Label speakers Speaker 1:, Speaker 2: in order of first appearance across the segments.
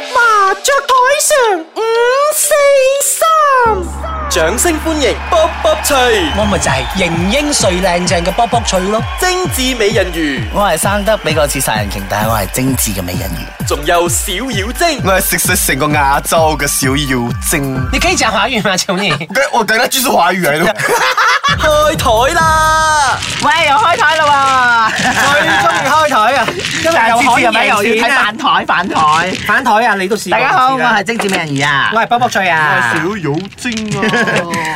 Speaker 1: 雀台上
Speaker 2: ừ,
Speaker 1: 五四三，掌聲歡迎卜卜脆，
Speaker 3: 我咪就係型英帥靚正嘅卜卜脆咯。
Speaker 1: 精緻美人魚，
Speaker 3: 我係生得比較似殺人鯨，但係我係精緻嘅美人魚。
Speaker 1: 仲有小妖精，
Speaker 4: 我係食食成個亞洲嘅小妖精。
Speaker 3: 你可以講華語嗎，求你？
Speaker 4: 我等下繼續華語嚟咯。
Speaker 1: 開台啦！
Speaker 5: 喂，又開台啦喎！
Speaker 2: 最中意開台啊！今日
Speaker 5: 但
Speaker 2: 又
Speaker 5: 係次
Speaker 2: 可
Speaker 5: 次
Speaker 2: 以
Speaker 5: 又咪又
Speaker 2: 贏
Speaker 5: 要睇
Speaker 2: 錢啊！
Speaker 5: 反台反台。
Speaker 2: 反台啊，你都試過。
Speaker 5: 大家好，我
Speaker 2: 知啦
Speaker 5: 係精緻美人魚啊
Speaker 2: 我！係卜卜脆啊。
Speaker 4: 妖精啊！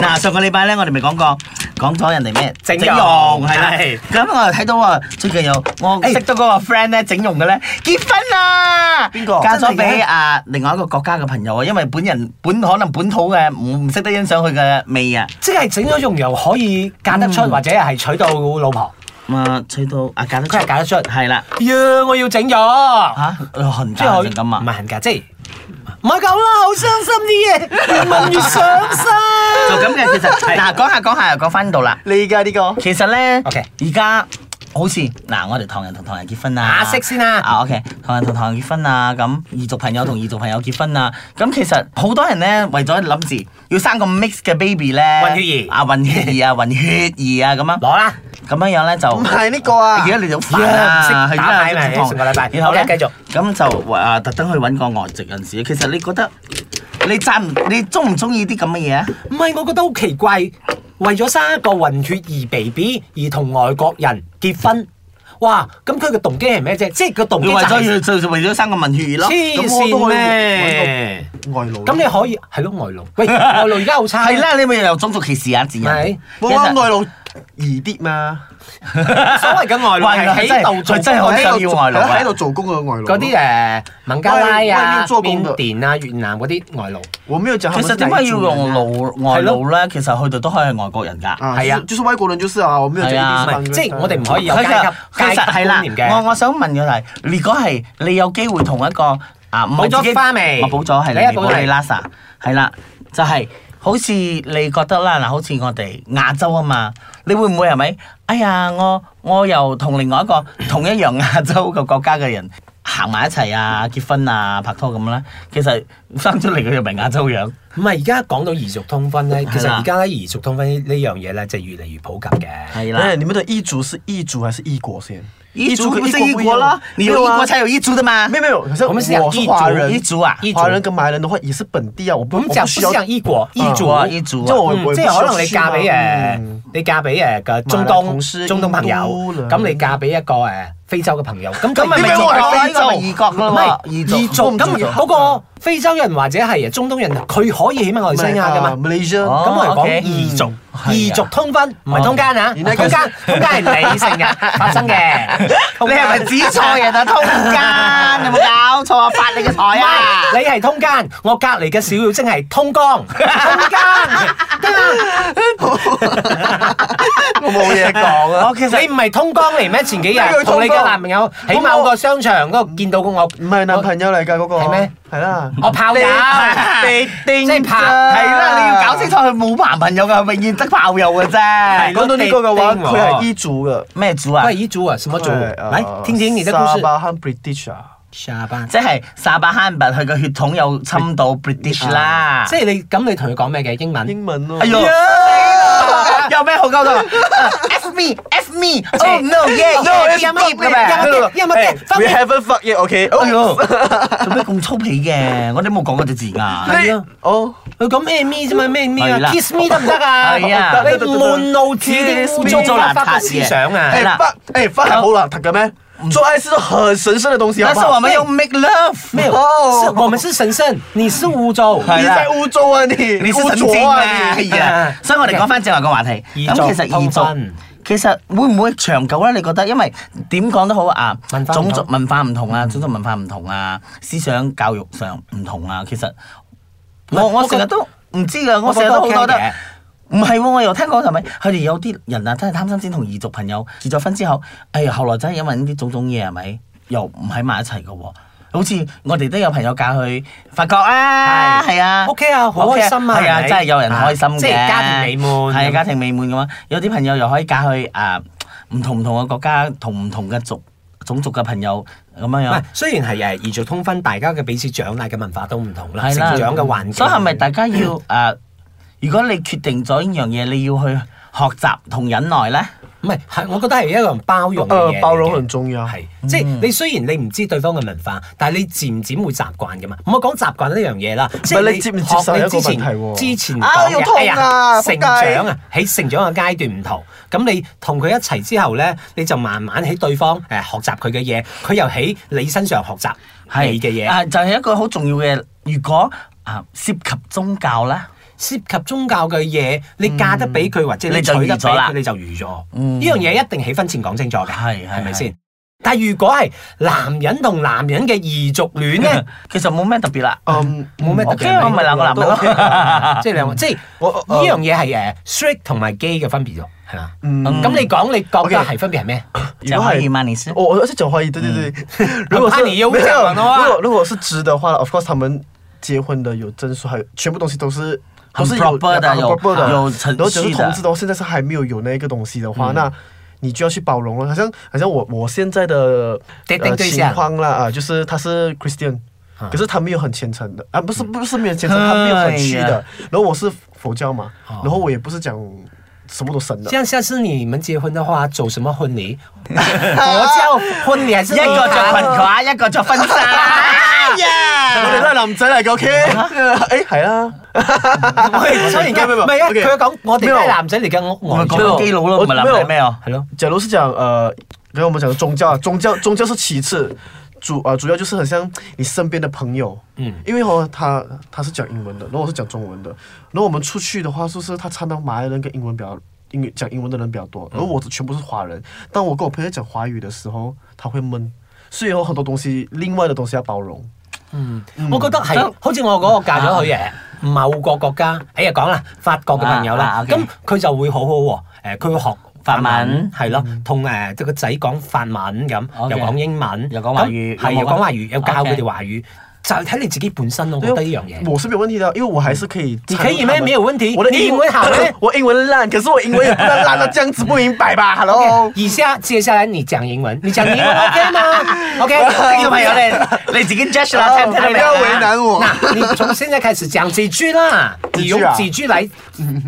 Speaker 5: 嗱，上個禮拜咧，我哋咪講過講咗人哋咩
Speaker 2: 整容
Speaker 5: 係啦
Speaker 2: 係。
Speaker 5: 咁我又睇到啊，最近有我識到嗰個 friend 咧整容嘅咧結婚啦，
Speaker 2: 邊個
Speaker 5: 嫁咗
Speaker 2: 真係
Speaker 5: 俾
Speaker 2: 嘅
Speaker 5: 啊另外一個國家嘅朋友啊，因為本人本可能本土嘅唔唔識得欣賞佢嘅味啊，
Speaker 2: 即係整咗容又可以嫁得出，或者係娶到老婆。
Speaker 5: 咁啊吹到啊嫁得出，
Speaker 2: 佢係嫁得出
Speaker 5: 係啦
Speaker 2: 呀！我要整咗，
Speaker 5: 嚇，韓
Speaker 2: 即係
Speaker 5: 嫁
Speaker 2: 可以
Speaker 5: 成咁啊
Speaker 2: 唔，係人㗎，即係唔係咁啦，好傷心啲嘢，越問越傷心。
Speaker 5: 就咁嘅 其實嗱講下講下又講翻到啦。
Speaker 2: 你㗎呢個
Speaker 5: 其實咧
Speaker 2: OK
Speaker 5: 而家好似嗱，我哋唐人同唐人結婚啊，
Speaker 2: 下色先啦
Speaker 5: 啊，OK，唐 À, 人同唐人結婚啊，咁異族朋友同異族朋友結婚啊，咁其實好多人咧為咗諗住要生個 mix 嘅 baby À, 咧，
Speaker 2: 混血兒
Speaker 5: 啊，混血兒啊，混血兒啊，咁樣
Speaker 2: 攞啦，
Speaker 5: 咁樣樣咧就
Speaker 2: 唔係呢個啊
Speaker 5: 而家你就好煩啊，
Speaker 2: 呀唔識打牌咪上個禮拜
Speaker 5: 然後咧
Speaker 2: OK，繼續
Speaker 5: 咁就啊特登去揾個外籍人士，其實你覺得你贊唔你中唔中意啲咁嘅嘢啊？
Speaker 2: 唔係我覺得好奇怪，為咗生一個混血兒 BB 而同外國人結婚，哇！咁佢嘅動機係咩啫？即係個動機
Speaker 5: 你
Speaker 2: 就
Speaker 5: 為咗
Speaker 2: 係
Speaker 5: 要就為咗生個混血兒咯，
Speaker 2: 黐
Speaker 5: 咁
Speaker 2: 線
Speaker 5: 我都可以
Speaker 2: 咩？
Speaker 4: 外勞
Speaker 2: 咁你可以係咯外勞，喂外勞而家好差，啊
Speaker 5: 係，啦，你咪又種族歧視啊，自然
Speaker 2: 係。
Speaker 4: 冇啊，外勞易啲嘛，
Speaker 2: 所謂嘅外 勞係喺度做
Speaker 5: 佢真係好
Speaker 2: 喺
Speaker 5: 想
Speaker 2: 度
Speaker 5: 要
Speaker 2: 做
Speaker 5: 外勞啊
Speaker 4: 喺度！做工嘅外勞。
Speaker 2: 嗰啲啊誒孟加拉
Speaker 4: 外外
Speaker 2: 啊
Speaker 4: 面、做工
Speaker 2: 緬
Speaker 4: 的
Speaker 2: 甸啊、越南嗰啲外勞，
Speaker 4: 我沒有講
Speaker 5: 其
Speaker 4: 他們
Speaker 5: 實
Speaker 4: 是
Speaker 5: 點
Speaker 4: 哪
Speaker 5: 解
Speaker 4: 一
Speaker 5: 要
Speaker 4: 種人
Speaker 5: 用
Speaker 4: 啊
Speaker 5: 勞外勞咧？其實佢哋都可以係外國人㗎。
Speaker 4: 啊，
Speaker 2: 係啊
Speaker 4: 就是就是外國人就是啊，我沒有講
Speaker 5: 係啊
Speaker 4: 一
Speaker 2: 唔係
Speaker 4: 定是白人
Speaker 2: 即係我哋唔可以有
Speaker 5: 佢
Speaker 2: 階
Speaker 5: 嘅
Speaker 2: 級
Speaker 5: 其
Speaker 2: 階
Speaker 5: 實
Speaker 2: 級
Speaker 5: 係
Speaker 2: 觀
Speaker 5: 啦
Speaker 2: 念，
Speaker 5: 我
Speaker 2: 嘅。
Speaker 5: 我想問嘅係，如果係你有機會同一個啊，唔係
Speaker 2: 補咗
Speaker 5: 自己
Speaker 2: 花未
Speaker 5: 我補咗係
Speaker 2: 你一
Speaker 5: 你
Speaker 2: 補
Speaker 5: 補
Speaker 2: 嚟
Speaker 5: 你 Lasa 係啦，就係、好似你覺得啦，嗱，好似我哋亞洲啊嘛，你會唔會係咪？哎呀，我我又同另外一個同一樣亞洲嘅國家嘅人行埋一齊啊，結婚啊，拍拖咁啦，其實生出嚟佢又唔係亞洲樣。
Speaker 2: 唔係而家講到異族通婚咧，其
Speaker 5: 係
Speaker 2: 實
Speaker 5: 啦
Speaker 2: 而家咧異族通婚呢呢樣嘢咧，就係越嚟越普及嘅。
Speaker 5: 係
Speaker 4: 哎，你們的異族是異族還是異國先？
Speaker 5: 一族
Speaker 4: 跟
Speaker 5: 不是
Speaker 4: 一
Speaker 5: 一
Speaker 4: 不
Speaker 5: 國
Speaker 4: 樣
Speaker 5: 啦
Speaker 4: 啊，
Speaker 5: 你有
Speaker 4: 沒
Speaker 5: 一
Speaker 4: 啊
Speaker 5: 國才有一族的嘛。
Speaker 4: 沒有沒有，可是
Speaker 2: 我
Speaker 4: 我
Speaker 2: 們是講
Speaker 4: 是
Speaker 2: 異
Speaker 4: 華
Speaker 2: 族
Speaker 4: 人，
Speaker 5: 異族啊
Speaker 2: 異族
Speaker 4: 華人跟馬來人的話也是本地啊，我不
Speaker 2: 我
Speaker 4: 我
Speaker 2: 們講
Speaker 4: 不需要
Speaker 2: 不是講異國異族嗯
Speaker 5: 啊異族啊
Speaker 4: 就我我也不需
Speaker 2: 即
Speaker 4: 要
Speaker 2: 係可能你嫁俾
Speaker 4: 去嘛
Speaker 2: 誒
Speaker 4: 嗯，
Speaker 2: 你嫁俾誒個中
Speaker 4: 馬來同
Speaker 2: 東
Speaker 4: 事
Speaker 2: 中東朋友
Speaker 4: 印度，啦
Speaker 2: 咁你嫁俾一個誒非洲嘅朋友，咁咁
Speaker 5: 咪
Speaker 4: 咪我係
Speaker 5: 係
Speaker 4: 非洲
Speaker 5: 異國
Speaker 2: 唔
Speaker 5: 㗎
Speaker 2: 係
Speaker 5: 啦，
Speaker 2: 異族
Speaker 5: 咁
Speaker 2: 咁嗰個非洲人或者係中東人，佢可以起碼馬來西亞噶嘛？
Speaker 4: Malaysia，
Speaker 5: 哦
Speaker 2: 咁我哋講
Speaker 5: OK
Speaker 2: 異族
Speaker 5: 嗯，係啊
Speaker 2: 異族通婚唔係通奸啊，通
Speaker 4: 原來
Speaker 2: 奸
Speaker 4: 佢
Speaker 2: 通奸係理 性嘅發生嘅。
Speaker 5: 你係咪指 錯人啊？通奸，有冇搞錯啊？發你嘅財啊！
Speaker 2: 你係通奸，我隔離嘅小妖精係通江，通奸。
Speaker 4: 我冇嘢講啊。
Speaker 5: 我其
Speaker 2: 你唔係通江嚟咩？前幾日
Speaker 4: 咩叫通江
Speaker 2: 同你嘅男朋友喺某個商場嗰度見到過我，
Speaker 4: 唔係男朋友嚟㗎嗰個，
Speaker 2: 係咩？
Speaker 4: 係啦，
Speaker 2: 我炮友，
Speaker 5: 你定
Speaker 2: 即係拍
Speaker 5: 係啦，你要搞清楚佢冇男朋友㗎，永遠得炮友嘅啫。
Speaker 4: 講到呢個嘅
Speaker 2: 地
Speaker 4: 話，
Speaker 2: 丁喎
Speaker 4: 佢係醫族嘅，
Speaker 5: 咩組啊
Speaker 2: 喂，？彝族啊，什麼族？
Speaker 4: 佢係呃
Speaker 2: 來聽聽你的故
Speaker 4: 沙
Speaker 2: 事。
Speaker 4: 巴和 British à? 啊，
Speaker 2: 下班，
Speaker 5: 即係沙巴慳拔，佢嘅血統有侵到 British 啦。
Speaker 2: 即係你咁，你同佢講咩啊嘅英文？
Speaker 4: 英文咯。
Speaker 5: 哎呦，有咩好溝通？F vâng. Ờ, me, F me, oh no, yeah, yeah, yeah, yeah,
Speaker 4: Dạ,
Speaker 5: yeah, yeah.
Speaker 2: 有冇聽分
Speaker 4: We haven't dạ, fuck yet, OK？哦
Speaker 5: 哎呦，做咩咁粗鄙嘅？我哋冇講嗰隻字㗎。
Speaker 2: 係啊
Speaker 4: 你哦，
Speaker 2: 佢講咩咪啫嘛，咩咪
Speaker 5: 係
Speaker 2: 啊
Speaker 5: 啦
Speaker 2: ？Kiss me 得唔得啊？
Speaker 5: 係啊
Speaker 2: 你滿腦子啲污糟邋遢嘅思想啊！
Speaker 5: 係
Speaker 4: 誒
Speaker 5: 啦
Speaker 4: fuck，誒 fuck 係好邋遢嘅咩？做愛是種很神聖嘅東西，好
Speaker 5: 但
Speaker 4: 不
Speaker 5: 是
Speaker 4: 好
Speaker 5: 我們用 make love，
Speaker 2: 沒有，
Speaker 4: 哦
Speaker 2: 是我們是神聖，你是污糟。
Speaker 5: 係
Speaker 4: 你
Speaker 5: 啦
Speaker 4: 在污糟啊你，
Speaker 5: 你是
Speaker 4: 污
Speaker 5: 神
Speaker 4: 濁
Speaker 5: 經
Speaker 4: 啊
Speaker 5: 啊！
Speaker 4: 你
Speaker 5: 係啊， 所以我哋講翻正話個話題。
Speaker 2: 異族
Speaker 5: 咁其實
Speaker 2: 通
Speaker 5: 異
Speaker 2: 婚
Speaker 5: 族其實會唔會長久咧？你覺得因為點講都好啊，
Speaker 2: 文化唔
Speaker 5: 種族
Speaker 2: 同
Speaker 5: 文化唔同啊，種族文化唔同啊，思想教育上唔同啊。其實我
Speaker 2: 我
Speaker 5: 我
Speaker 2: 覺
Speaker 5: 成日都唔知㗎，我成日都好
Speaker 2: 我覺得
Speaker 5: 多
Speaker 2: OK
Speaker 5: 得
Speaker 2: 嘅。
Speaker 5: 唔係喎，我又聽講係咪佢哋有啲人啊，真係貪心先同異族朋友結咗婚之後，哎呀，後來真係因為呢啲種種嘢係咪，又唔喺埋一齊嘅喎。好似我哋都有朋友嫁去法國啊，係啊
Speaker 2: OK 啊好開心啊
Speaker 5: 係
Speaker 2: 係
Speaker 5: 啊，
Speaker 2: 咪
Speaker 5: 真係有人開心嘅，
Speaker 2: 即係家庭美滿
Speaker 5: 係啊，家庭美滿咁啊。有啲朋友又可以嫁去啊唔同唔同嘅國家，同唔同嘅族種族嘅朋友咁樣
Speaker 2: 唔
Speaker 5: 樣
Speaker 2: 係，。雖然係誒異族通婚，大家嘅彼此長大嘅文化都唔同啦，
Speaker 5: 係
Speaker 2: 成
Speaker 5: 啦
Speaker 2: 長嘅環境。
Speaker 5: 所以係咪大家要誒、呃如果你決定咗呢樣嘢，你要去學習同忍耐咧？
Speaker 2: 唔係，係我覺得係一樣包容嘅嘢嚟嘅
Speaker 4: 呃包容很重要嗯
Speaker 2: 係，即係你雖然你唔知對方嘅文化，但係你漸漸會習慣嘅嘛。唔好講習慣呢樣嘢啦，即係
Speaker 4: 你接唔接受
Speaker 2: 學
Speaker 4: 係
Speaker 2: 你
Speaker 4: 一個
Speaker 2: 之前
Speaker 4: 問題喎
Speaker 2: 之前
Speaker 4: 啊
Speaker 2: 講
Speaker 4: 要
Speaker 2: 嘅
Speaker 4: 痛啊
Speaker 2: 哎呀成
Speaker 4: 仆街
Speaker 2: 長啊，喺成長嘅階段唔同。咁你同佢一齊之後咧，你就慢慢喺對方誒學習佢嘅嘢，佢又喺你身上學習你嘅嘢。
Speaker 5: 啊，就係、一個好重要嘅。如果啊涉及宗教咧，
Speaker 2: 涉及宗教嘅嘢，你嫁得俾佢或者你
Speaker 5: 嗯你就
Speaker 2: 娶得
Speaker 5: 預
Speaker 2: 俾
Speaker 5: 咗啦
Speaker 2: 佢，你就預咗。
Speaker 5: 嗯
Speaker 2: 呢樣嘢一定喺婚前講清楚嘅，
Speaker 5: 係係
Speaker 2: 係咪
Speaker 5: 係
Speaker 2: 先？但係如果係男人同男人嘅異族戀 咧，
Speaker 5: 其實冇咩特別啦。
Speaker 4: 嗯，
Speaker 2: 冇咩特別
Speaker 5: OK，我咪兩個男嗯哦人 咯。
Speaker 2: 即係兩個，即係
Speaker 4: 我
Speaker 2: 呢
Speaker 4: 我
Speaker 2: 樣嘢係誒 straight 哦同埋 gay 嘅分別咯，係嘛？
Speaker 4: 嗯
Speaker 2: 咁你講你覺得
Speaker 4: OK
Speaker 2: 係分別係咩？
Speaker 4: 如果
Speaker 5: 講
Speaker 4: 係
Speaker 5: 以馬尼斯
Speaker 4: 哦我我是講華語，對對對。
Speaker 5: 嗯
Speaker 4: 如果
Speaker 2: 啊
Speaker 4: 是
Speaker 2: 你又
Speaker 4: 没有
Speaker 2: 講了哇
Speaker 4: 如果如果是直的話，of course 他們結婚的有證書，還有全部東西都是。都
Speaker 5: 很
Speaker 4: 是
Speaker 5: proper 的
Speaker 4: 很
Speaker 5: 有
Speaker 4: proper 的，
Speaker 5: 有程序的嗯
Speaker 4: 然後只是同志的話，現在是還沒有有那個東西的話，那你就要去包容了。好像好像我我現在的
Speaker 2: 對對
Speaker 4: 呃
Speaker 2: 對
Speaker 4: 情
Speaker 2: 象
Speaker 4: 況啦啊，就是他是 Christian，可是他沒有很虔誠的啊，不是不是沒有虔誠，他沒有很
Speaker 5: 啊
Speaker 4: 虛
Speaker 5: 嗯哎
Speaker 4: 的
Speaker 5: 呀。哦
Speaker 4: 然後我是佛教嘛，然後我也不是講什麼都神的，
Speaker 2: 這樣下次你們結婚的話，走什麼婚 禮？佛教婚禮還是
Speaker 5: 一個着裙褂，一個着婚紗。
Speaker 4: 我哋都係男仔嚟嘅，OK？誒係啦。
Speaker 2: 喂，所以而家
Speaker 4: 唔係唔係
Speaker 2: 唔係啊，
Speaker 4: OK
Speaker 2: 佢講我哋都係
Speaker 4: 沒有
Speaker 2: 男仔嚟嘅，我
Speaker 5: 我
Speaker 2: 外
Speaker 5: 咪
Speaker 2: 族
Speaker 5: 講到基佬咯，唔係男仔咩哦？
Speaker 2: 啊係咯。
Speaker 4: 假如是讲呃，跟我们讲宗教啊，宗教宗教是其次，主啊、呃主要就是很像你身边的朋友，嗯，因为哦他他是讲英文的，然后我是讲中文的，然后我们出去的话，就是他掺到马来人跟英文比较。英语讲英文的人比较多，而我全部是华人。当我跟我朋友讲华语的时候，他会闷，所以有很多东西，另外的东西要包容。
Speaker 2: 我覺得係
Speaker 5: 咁，
Speaker 2: 好似我嗰個嫁咗去誒某個國家，哎呀講啦，法國嘅朋友
Speaker 5: 啊啊啊
Speaker 2: 啦，
Speaker 5: ，OK
Speaker 2: 咁佢就會好好喎，誒佢會學。
Speaker 5: 法文嗯
Speaker 2: 係咯，同誒即係個仔講法文咁，
Speaker 5: OK
Speaker 2: 又講英文，
Speaker 5: 又講華
Speaker 2: 咁
Speaker 5: 語
Speaker 2: 係
Speaker 5: 有冇
Speaker 2: 又
Speaker 5: 啊
Speaker 2: 講華語，又教佢
Speaker 5: OK 哎
Speaker 2: 哋華語，就係睇你自己本身咯。我覺得呢樣嘢，嗯
Speaker 4: 我是没有问题的，因为我还是可以。
Speaker 2: 你可以咩？沒有問題。
Speaker 4: 我的
Speaker 2: 你英文好咩？
Speaker 4: 我英文烂，可是我英文也不能烂到这样子，不明白 吧？Hello。
Speaker 2: 以下接下來你講英文，你講英文 OK 嗎？OK，
Speaker 5: 聽眾朋友你你自己 judge 啦，聽唔聽得明
Speaker 4: 不要
Speaker 5: 啊
Speaker 4: 為難我。
Speaker 2: 那你從現在開始講幾句啦，你用幾句來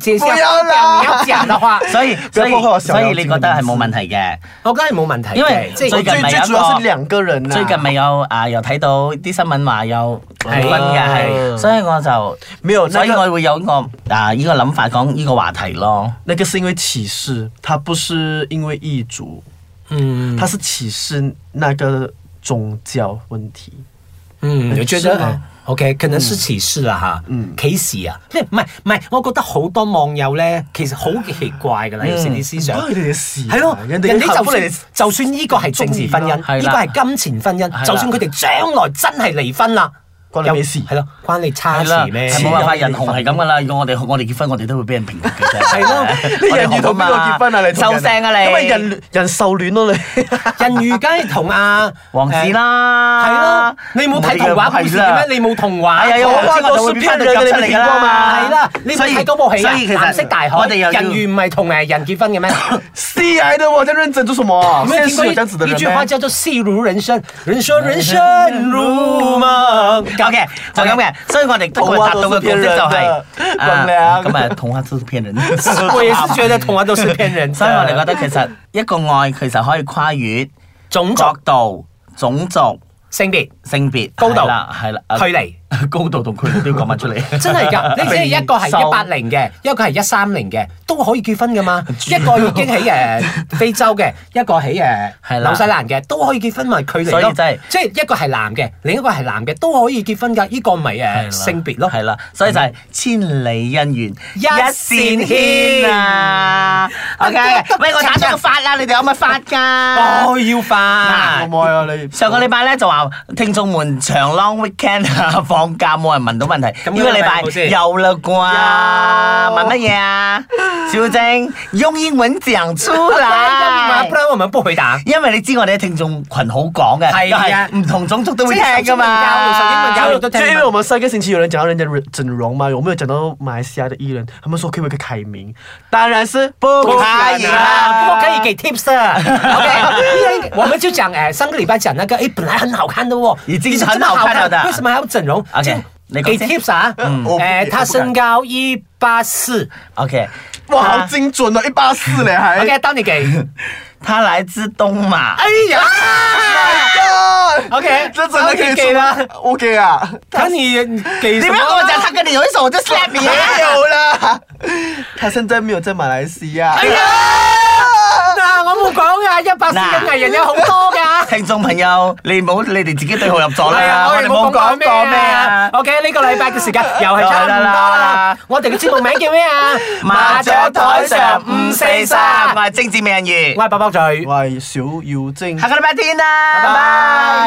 Speaker 2: 接下
Speaker 4: 不要啦
Speaker 2: 來你要講的 話，
Speaker 5: 所以
Speaker 4: 不要
Speaker 5: 所以
Speaker 4: 破壞我小
Speaker 5: 所
Speaker 4: 妖
Speaker 5: 以
Speaker 4: 精
Speaker 5: 你覺得係冇問題嘅？
Speaker 2: 我覺得係冇問題嘅，
Speaker 5: 因為
Speaker 2: 即係
Speaker 5: 最近
Speaker 4: 最
Speaker 5: 咪有
Speaker 4: 最
Speaker 5: 一個
Speaker 4: 主要是兩個人啊。
Speaker 5: 最近咪有啊，又睇到啲新聞話有離婚嘅
Speaker 2: 係
Speaker 5: 係，所以我就
Speaker 4: 沒有那
Speaker 5: 所以
Speaker 4: 個
Speaker 5: 我會有呢個啊呢個諗法講呢個話題咯。
Speaker 4: 那個是因為歧視，他不是因為異族，
Speaker 2: 嗯
Speaker 4: 他是歧視那個宗教問題。
Speaker 2: 嗯，我覺得
Speaker 4: 是嗎
Speaker 2: OK，可能是歧視啦嚇，歧視啊，即係唔係唔係，我覺得好多網友咧，其實好奇怪㗎啦，有時啲思想
Speaker 4: 關。佢哋嘅事啊。
Speaker 2: 係咯，
Speaker 4: 人
Speaker 2: 人
Speaker 4: 哋
Speaker 2: 哋
Speaker 4: 嘅幸
Speaker 2: 就
Speaker 4: 福
Speaker 2: 算
Speaker 4: 嚟嘅
Speaker 2: 就算呢個係政治婚姻，
Speaker 5: 係
Speaker 2: 呢
Speaker 5: 啦
Speaker 2: 個係金錢婚姻，
Speaker 5: 啦
Speaker 2: 就算佢哋將來真係離婚啦，
Speaker 4: 關你咩事
Speaker 2: 係咯，關你差
Speaker 5: 係啦，
Speaker 2: 事咩？
Speaker 5: 係冇辦法，人紅係咁噶啦。如果我哋我哋結婚，我哋都會俾人評論嘅啫。係
Speaker 2: 咯
Speaker 4: 你人魚同邊個結婚啊？你同
Speaker 5: 收
Speaker 4: 人
Speaker 5: 聲啊你！
Speaker 4: 咁咪人人獸戀咯你。
Speaker 2: 人魚梗係同阿
Speaker 5: 王子。
Speaker 2: 誒
Speaker 5: 啦，
Speaker 2: 係咯，你冇睇童話故事嘅咩？你冇童話，
Speaker 5: 係啊，
Speaker 4: 我話
Speaker 5: 我
Speaker 4: 過
Speaker 5: 知我
Speaker 4: 是
Speaker 5: 會
Speaker 4: 騙
Speaker 5: 翻
Speaker 4: 人
Speaker 5: 到
Speaker 4: 嘅
Speaker 5: 救
Speaker 4: 你
Speaker 5: 出
Speaker 4: 未
Speaker 5: 嚟
Speaker 4: 見
Speaker 5: 㗎
Speaker 4: 過嘛
Speaker 5: 啦，
Speaker 2: 係啦，你冇睇嗰部戲啊？
Speaker 5: 所以其實
Speaker 2: 藍色大海，
Speaker 5: 我哋又要
Speaker 2: 人魚唔係同誒人結婚嘅咩？
Speaker 4: C I 的我在認真做什麼？
Speaker 5: 哦
Speaker 2: 有沒有
Speaker 4: 現
Speaker 2: 聽
Speaker 4: 實有這樣子
Speaker 2: 過
Speaker 4: 的
Speaker 2: 一一
Speaker 4: 人
Speaker 2: 句話
Speaker 4: 咩？
Speaker 2: 叫做“戲如人生”，人說人生如夢。
Speaker 5: 咁嘅嗯就咁嘅，所以我哋都會達到嘅共識就係
Speaker 4: 童話都是騙人的
Speaker 5: 啊
Speaker 4: 光良
Speaker 5: 咁啊，童話都是騙人的。
Speaker 2: 我也是覺得童話都是騙人的，
Speaker 5: 所以我哋覺得其實一個愛其實可以跨越
Speaker 2: 種 族、
Speaker 5: 角度、種族、
Speaker 2: 性別、
Speaker 5: 性別、
Speaker 2: 高度
Speaker 5: 係啦，係啦，啊
Speaker 2: 距 離。
Speaker 5: 高度同距離都要講埋出嚟。
Speaker 2: 真係 㗎，你只係一個係
Speaker 5: 瘦
Speaker 2: 一八零嘅，一個係一三零嘅，都可以結婚㗎 嘛。一個已經喺誒非洲嘅，一個喺誒
Speaker 5: 係啦
Speaker 2: 紐西蘭嘅，都可以結婚咪距離
Speaker 5: 所以
Speaker 2: 咯。
Speaker 5: 真係
Speaker 2: 即係一個係男嘅，另一個係男嘅都可以結婚㗎。呢個咪誒性別咯。
Speaker 5: 係啦，所以就係千里姻緣
Speaker 2: 一線牽
Speaker 5: 啊！OK，喂，我打咗個發啦，你哋有冇發㗎？
Speaker 2: 哦，要化。
Speaker 5: 嗱
Speaker 4: 我愛啊你。
Speaker 5: 上個禮拜咧就話聽眾們長 long weekend 啊，放 放假冇人問到問題。
Speaker 2: 咁
Speaker 5: 呢個禮拜
Speaker 2: 今個禮拜有冇先
Speaker 5: 有啦啩？問乜 嘢啊？小晶用英文講出
Speaker 2: 啊，
Speaker 5: 來
Speaker 2: 不。然我们不回答。
Speaker 5: 因為你知我哋啲聽眾群好廣嘅，
Speaker 2: 係啊
Speaker 5: 又係唔同種族都會聽
Speaker 2: 即係
Speaker 5: 噶嘛。
Speaker 2: 英文教育都聽
Speaker 4: 就
Speaker 2: 得
Speaker 4: 因为我们上个星期有人讲到人家整容嘛，我们有讲到马来西亚的艺人，他们说可不可以改名？当然是不
Speaker 5: 不
Speaker 4: 可
Speaker 5: 可
Speaker 4: 以
Speaker 5: 以
Speaker 4: 啦
Speaker 5: 啦。
Speaker 2: 不过可以给 tips 的，OK，我们就讲哎，上个礼拜讲那个哎，本来很好看的哦，
Speaker 5: 已经
Speaker 2: 你怎么
Speaker 5: 很好看了的
Speaker 2: 为什么还要整容
Speaker 5: OK，
Speaker 2: 这样
Speaker 5: 你
Speaker 2: 给
Speaker 5: 讲先嗯
Speaker 2: tips 啊，
Speaker 4: 我
Speaker 2: 哎，他身高一八四
Speaker 5: OK， 哎
Speaker 4: 哇，
Speaker 5: 他
Speaker 4: 好精准哦，一八四嘞还。
Speaker 2: ，OK，到你 给，
Speaker 5: 他來自東馬。
Speaker 2: 哎呀
Speaker 4: God，
Speaker 2: ，OK，
Speaker 4: 这真的可以
Speaker 2: 给
Speaker 4: 出
Speaker 2: 了，
Speaker 4: Oh ？OK 啊，
Speaker 2: 那你你哎给
Speaker 5: 你
Speaker 2: 什
Speaker 5: 不
Speaker 2: 么
Speaker 5: 要跟我講他跟你有一手，我就 slap 你
Speaker 4: 没
Speaker 5: 啊。
Speaker 4: 有啦，他现在没有在马来西亚。
Speaker 2: 哎呀，嗱，我冇講噶，一百四嘅藝人有好多噶。
Speaker 5: 聽眾朋友，你唔好你哋自己對號入座
Speaker 2: 係
Speaker 5: 啦，
Speaker 2: 啊，
Speaker 5: 我哋冇講過咩啊。
Speaker 2: à. ？OK，呢個禮拜嘅時間又係差唔多啦。我哋嘅節目名叫咩啊？
Speaker 5: 麻雀台上
Speaker 2: ừ,
Speaker 5: 五四三，我係精緻美人魚，
Speaker 2: 我係八包嘴。
Speaker 4: 喂，小妖精
Speaker 5: 啊下。個禮拜天啦，拜拜。